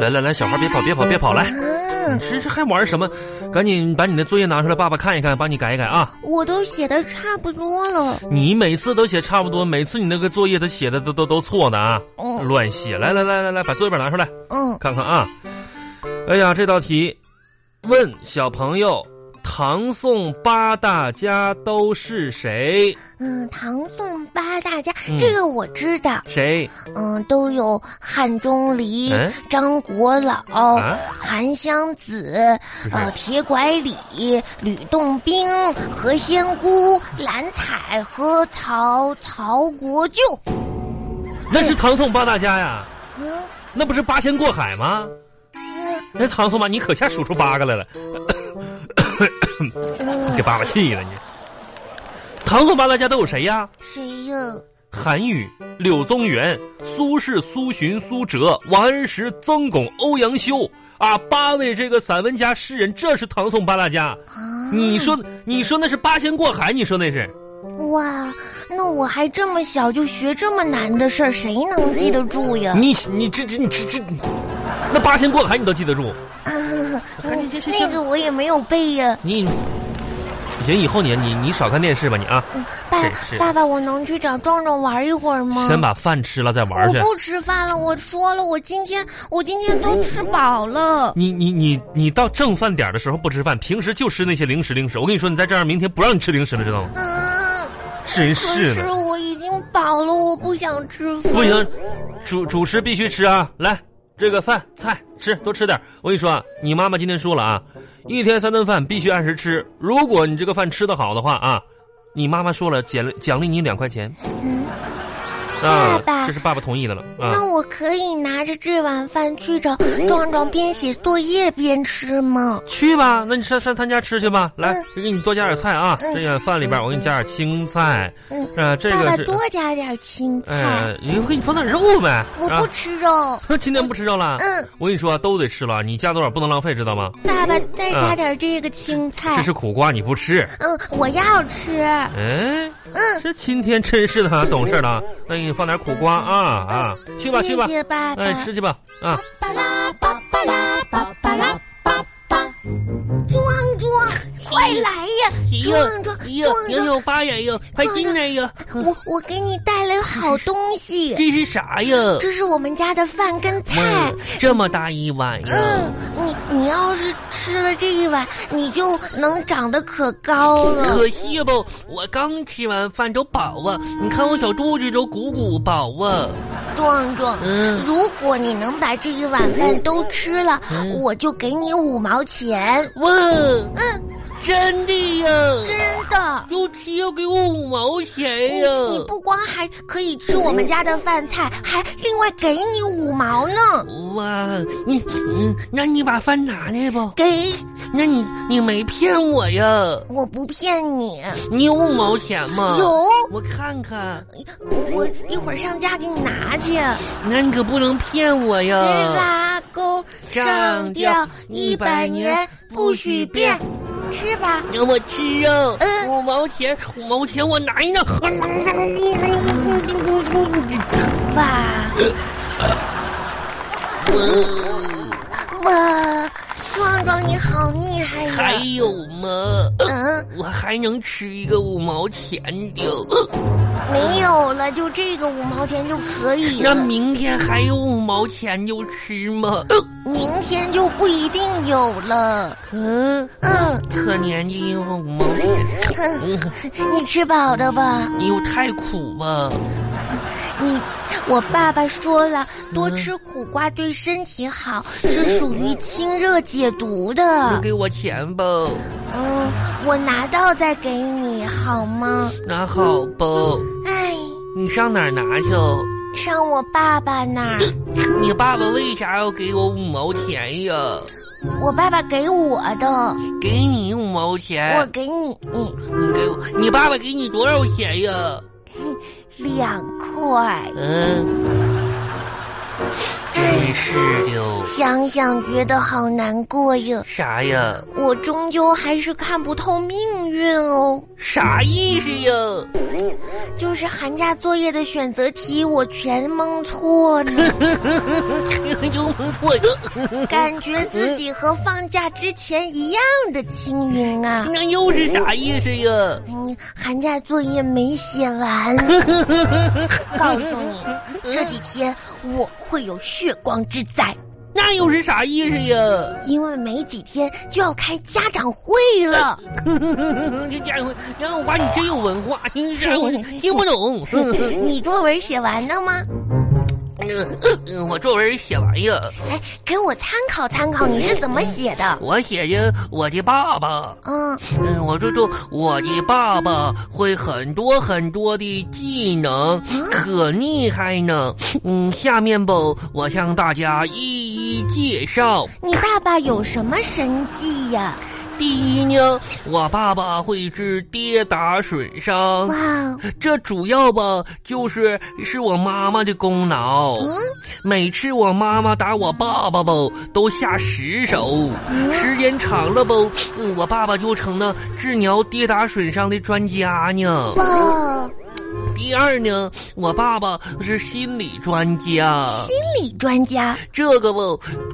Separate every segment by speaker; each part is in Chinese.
Speaker 1: 来来来，小孩别跑，别跑，别跑！来，你
Speaker 2: 嗯，
Speaker 1: 这这还玩什么？赶紧把你的作业拿出来，爸爸看一看，帮你改一改啊！
Speaker 2: 我都写的差不多了。
Speaker 1: 你每次都写差不多，每次你那个作业都写的都都都错的啊，
Speaker 2: 嗯
Speaker 1: 乱写！来来来来来，把作业本拿出来
Speaker 2: 嗯，
Speaker 1: 看看啊！哎呀，这道题，问小朋友，唐宋八大家都是谁？
Speaker 2: 嗯，唐宋八大家，
Speaker 1: 嗯
Speaker 2: 这个我知道。
Speaker 1: 谁？
Speaker 2: 嗯，都有汉钟离、
Speaker 1: 嗯
Speaker 2: 张国老、
Speaker 1: 啊
Speaker 2: 韩湘子、
Speaker 1: 不
Speaker 2: 呃
Speaker 1: 是
Speaker 2: 铁拐李、吕洞宾、何仙姑、蓝采和曹曹国舅。
Speaker 1: 那是唐宋八大家呀，
Speaker 2: 嗯
Speaker 1: 那不是八仙过海吗？
Speaker 2: 嗯
Speaker 1: 那唐宋八，你可下数出八个来了。给
Speaker 2: 嗯，
Speaker 1: 爸爸气的你。唐宋八大家都有谁呀？
Speaker 2: 谁呀？
Speaker 1: 韩愈、柳宗元、苏轼、苏洵、苏辙、王安石、曾巩、欧阳修啊，八位这个散文家、诗人，这是唐宋八大家。
Speaker 2: 啊，
Speaker 1: 你说，你说那是八仙过海，你说那是？
Speaker 2: 哇，那我还这么小就学这么难的事儿，谁能记得住呀？
Speaker 1: 你你这这你这这，那八仙过海你都记得住？
Speaker 2: 啊，
Speaker 1: 赶紧这这
Speaker 2: 那个我也没有背呀。
Speaker 1: 你行，以后你你你少看电视吧，你啊，
Speaker 2: 嗯爸
Speaker 1: 是是
Speaker 2: 爸爸，我能去找壮壮玩一会儿吗？
Speaker 1: 先把饭吃了再玩
Speaker 2: 我
Speaker 1: 去。
Speaker 2: 不吃饭了，我说了，我今天我今天都吃饱了。
Speaker 1: 你你你你到正饭点儿的时候不吃饭，平时就吃那些零食零食。我跟你说，你再这样，明天不让你吃零食了，知道吗？
Speaker 2: 啊，
Speaker 1: 是人
Speaker 2: 可
Speaker 1: 是
Speaker 2: 是
Speaker 1: 的，
Speaker 2: 我已经饱了，我不想吃饭。
Speaker 1: 不行，啊主主食必须吃啊！来，这个饭菜吃多吃点儿。我跟你说啊，你妈妈今天说了啊，一天三顿饭必须按时吃。如果你这个饭吃得好的话啊，你妈妈说了奖励奖励你两块钱
Speaker 2: 嗯，
Speaker 1: 啊
Speaker 2: 爸，爸
Speaker 1: 这是爸爸同意的了啊
Speaker 2: 那。我可以拿着这碗饭去找壮壮，边写作业边吃吗？
Speaker 1: 去吧，那你上上他家吃去吧。来
Speaker 2: 嗯，
Speaker 1: 给你多加点菜啊，
Speaker 2: 嗯
Speaker 1: 这个饭里边我给你加点青菜，
Speaker 2: 嗯，
Speaker 1: 啊，这
Speaker 2: 爸
Speaker 1: 个
Speaker 2: 爸
Speaker 1: 是。
Speaker 2: 多加点青菜，
Speaker 1: 哎，你给你放点肉呗。
Speaker 2: 我不吃肉。
Speaker 1: 不， 今天不吃肉了。
Speaker 2: 嗯，
Speaker 1: 我跟你说啊，都得吃了，你加多少不能浪费，知道吗？
Speaker 2: 爸爸再加点这个青
Speaker 1: 这
Speaker 2: 菜。
Speaker 1: 是苦瓜，你不吃。
Speaker 2: 嗯，我要吃。
Speaker 1: 哎，
Speaker 2: 嗯，
Speaker 1: 这今天真是的，懂事了。啊那给你放点苦瓜啊啊，去吧去吧
Speaker 2: 谢，谢爸爸。
Speaker 1: 哎，吃去吧啊。
Speaker 2: 巴拉巴巴拉巴巴拉巴巴。壮壮，快来呀！
Speaker 1: 哎
Speaker 2: 壮壮，壮壮，
Speaker 1: 有发言哟，快
Speaker 2: 进
Speaker 1: 来哟！
Speaker 2: 我我给你带来好东西，
Speaker 1: 这是啥呀？
Speaker 2: 这是我们家的饭跟菜。，
Speaker 1: 这么大一碗
Speaker 2: 嗯，你你要是吃了这一碗，你就能长得可高了。
Speaker 1: 惜不，我刚吃完饭都饱啊，你看我小肚子都鼓鼓饱啊。
Speaker 2: 壮壮，
Speaker 1: 嗯，
Speaker 2: 如果你能把这一碗饭都吃了，
Speaker 1: 嗯
Speaker 2: 我就给你五毛钱。
Speaker 1: 哇，
Speaker 2: 嗯，
Speaker 1: 真的呀？
Speaker 2: 真的。
Speaker 1: 尤其要给我五毛
Speaker 3: 哎
Speaker 1: 钱
Speaker 2: 你你不光还可以吃我们家的饭菜，还另外给你五毛呢。
Speaker 1: 哇，你嗯，那你把饭拿来吧。
Speaker 2: 给，
Speaker 1: 那你你没骗我呀？
Speaker 2: 我不骗你。
Speaker 1: 你有五毛钱
Speaker 3: 嗯
Speaker 1: 吗？
Speaker 2: 有，
Speaker 1: 我看看，
Speaker 2: 我一会儿上架给你拿去。
Speaker 1: 那你可不能骗我
Speaker 3: 嗯
Speaker 1: 呀！
Speaker 2: 拉钩上吊一百年不许变，是吧？
Speaker 1: 让我吃肉，
Speaker 2: 嗯
Speaker 1: 五毛钱，五毛钱我拿一拿。
Speaker 2: 哇哇，壮壮你好厉害
Speaker 1: 还
Speaker 2: 呀！
Speaker 1: 有吗？
Speaker 2: 嗯，
Speaker 1: 我还能吃一个五毛钱呃的。
Speaker 2: 没有了，就这个五毛钱就可以
Speaker 1: 那
Speaker 2: 了，
Speaker 1: 明天还有五毛钱就吃吗？
Speaker 2: 明天就不一定有了。
Speaker 1: 嗯，
Speaker 2: 嗯，
Speaker 1: 可怜的一个五毛钱，
Speaker 2: 哼，
Speaker 1: 嗯，
Speaker 2: 你吃饱了吧？
Speaker 1: 你又太苦吧？
Speaker 2: 你，我爸爸说了，多吃苦瓜对身体好，
Speaker 1: 嗯
Speaker 2: 是属于清热解毒
Speaker 1: 你
Speaker 2: 的。
Speaker 1: 给我钱吧，
Speaker 2: 嗯，我拿到再给你好吗？
Speaker 1: 拿好吧。
Speaker 2: 哎，
Speaker 1: 你上哪儿拿去？
Speaker 2: 上我爸 爸那儿，
Speaker 1: 你爸爸为啥要给我五毛钱呀？
Speaker 2: 我爸爸给我的，
Speaker 1: 给你五毛钱，
Speaker 2: 我给你
Speaker 1: 你给我，你爸爸给你多少钱呀？
Speaker 2: 两块。
Speaker 1: 嗯，这
Speaker 3: 真是的哦，
Speaker 2: 想想觉得好难过呀。
Speaker 3: 啥呀？
Speaker 2: 我终究还是看不透命运哦。
Speaker 3: 啥意思呀？
Speaker 2: 就是寒假作业的选择题，我全蒙错了，
Speaker 3: 又蒙错的，
Speaker 2: 感觉自己和放假之前一样的轻盈啊。
Speaker 3: 那又是啥意思呀？
Speaker 2: 嗯，寒假作业没写完，告诉你，这几天我会有血光之灾，
Speaker 3: 那又是啥意思呀？
Speaker 2: 因为没几天就要开家长会了。
Speaker 3: 这家伙，杨华，你真有文化，真是我听不懂。
Speaker 2: 你作文写完了吗？
Speaker 3: 嗯 我作文写完呀，
Speaker 2: 哎，给我参考参考，你是怎么写的？
Speaker 3: 我写的我的爸爸，
Speaker 2: 嗯，
Speaker 3: 嗯，我就说我的爸爸会很多很多的
Speaker 2: 啊
Speaker 3: 技能，可厉害呢。嗯，下面吧，我向大家一一介绍。
Speaker 2: 你爸爸有什么神技呀？
Speaker 3: 第一呢，我爸爸会治跌打损伤
Speaker 2: 哇，，哦，
Speaker 3: 这主要吧就是是我妈妈的功劳。
Speaker 2: 嗯，
Speaker 3: 每次我妈妈打我爸爸吧，都下十手，
Speaker 2: 哦
Speaker 3: 时间长了吧，嗯我爸爸就成了治疗跌打损伤的专家呢。
Speaker 2: 哇哦，
Speaker 3: 第二呢，我爸爸是心理专家，
Speaker 2: 心理专家，
Speaker 3: 这个吧，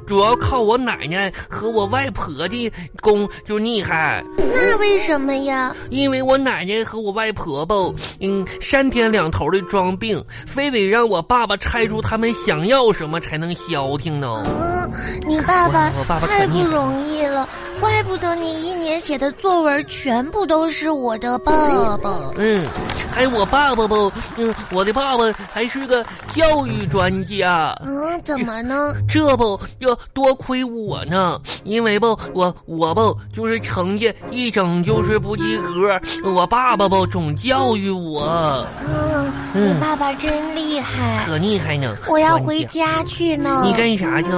Speaker 3: 主要靠我奶奶和我外婆的功就厉害，
Speaker 2: 那为什么呀？
Speaker 3: 因为我奶奶和我外婆吧，嗯，三天两头的装病，非得让我爸爸猜出他们想要什么才能消停呢。
Speaker 2: 嗯，你爸爸
Speaker 3: 我我爸爸
Speaker 2: 太
Speaker 3: 可
Speaker 2: 不
Speaker 3: 厉害
Speaker 2: 容易了，怪不得你一年写的作文全部都是我的爸爸。
Speaker 3: 嗯，还有我爸爸不，嗯，我的爸爸还是个教育专家。
Speaker 2: 嗯，怎么呢？
Speaker 3: 这不要多亏我呢，因为吧，我我吧就是成绩一整就是不及格，我爸爸吧总教育我，
Speaker 2: 嗯，
Speaker 3: 嗯
Speaker 2: 你爸爸真厉害。
Speaker 3: 可厉害呢。
Speaker 2: 我要
Speaker 3: 专
Speaker 2: 回
Speaker 3: 家，
Speaker 2: 家去呢，
Speaker 3: 嗯你干啥去？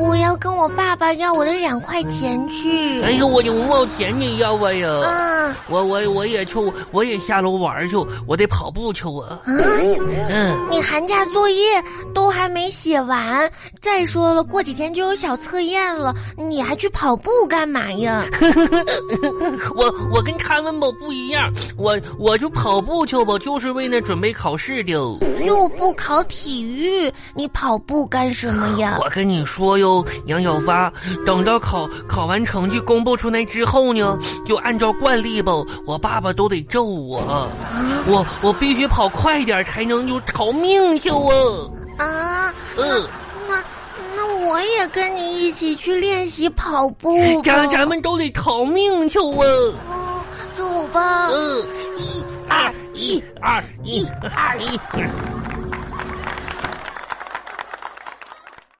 Speaker 2: 我要跟我爸爸要我的两块钱去。
Speaker 3: 哎呦，我的五毛钱你要啊呀！
Speaker 2: 嗯
Speaker 3: 我我我也去，我也下楼玩去，我得跑步去啊。
Speaker 2: 嗯，
Speaker 3: 嗯，
Speaker 2: 你寒假作业都还没写完，再说了，过几天就有小测验了，你还去跑步干嘛呀？
Speaker 3: 我我跟他们吧不一样，我我就跑步去吧，就是为那准备考试的。
Speaker 2: 又不考体育，你跑步干什么呀？
Speaker 3: 我跟你说哟，杨小发，等到考考完成绩公布出来之后呢，就按照惯例吧，我爸爸都得揍我，我我必须跑快点才能就逃命去哦。
Speaker 2: 啊，
Speaker 3: 嗯，
Speaker 2: 那那我也跟你一起去练习跑步吧。
Speaker 3: 咱咱们都得逃命去哦。
Speaker 2: 嗯，走吧。
Speaker 3: 嗯，
Speaker 2: 一
Speaker 3: 二一二一二一。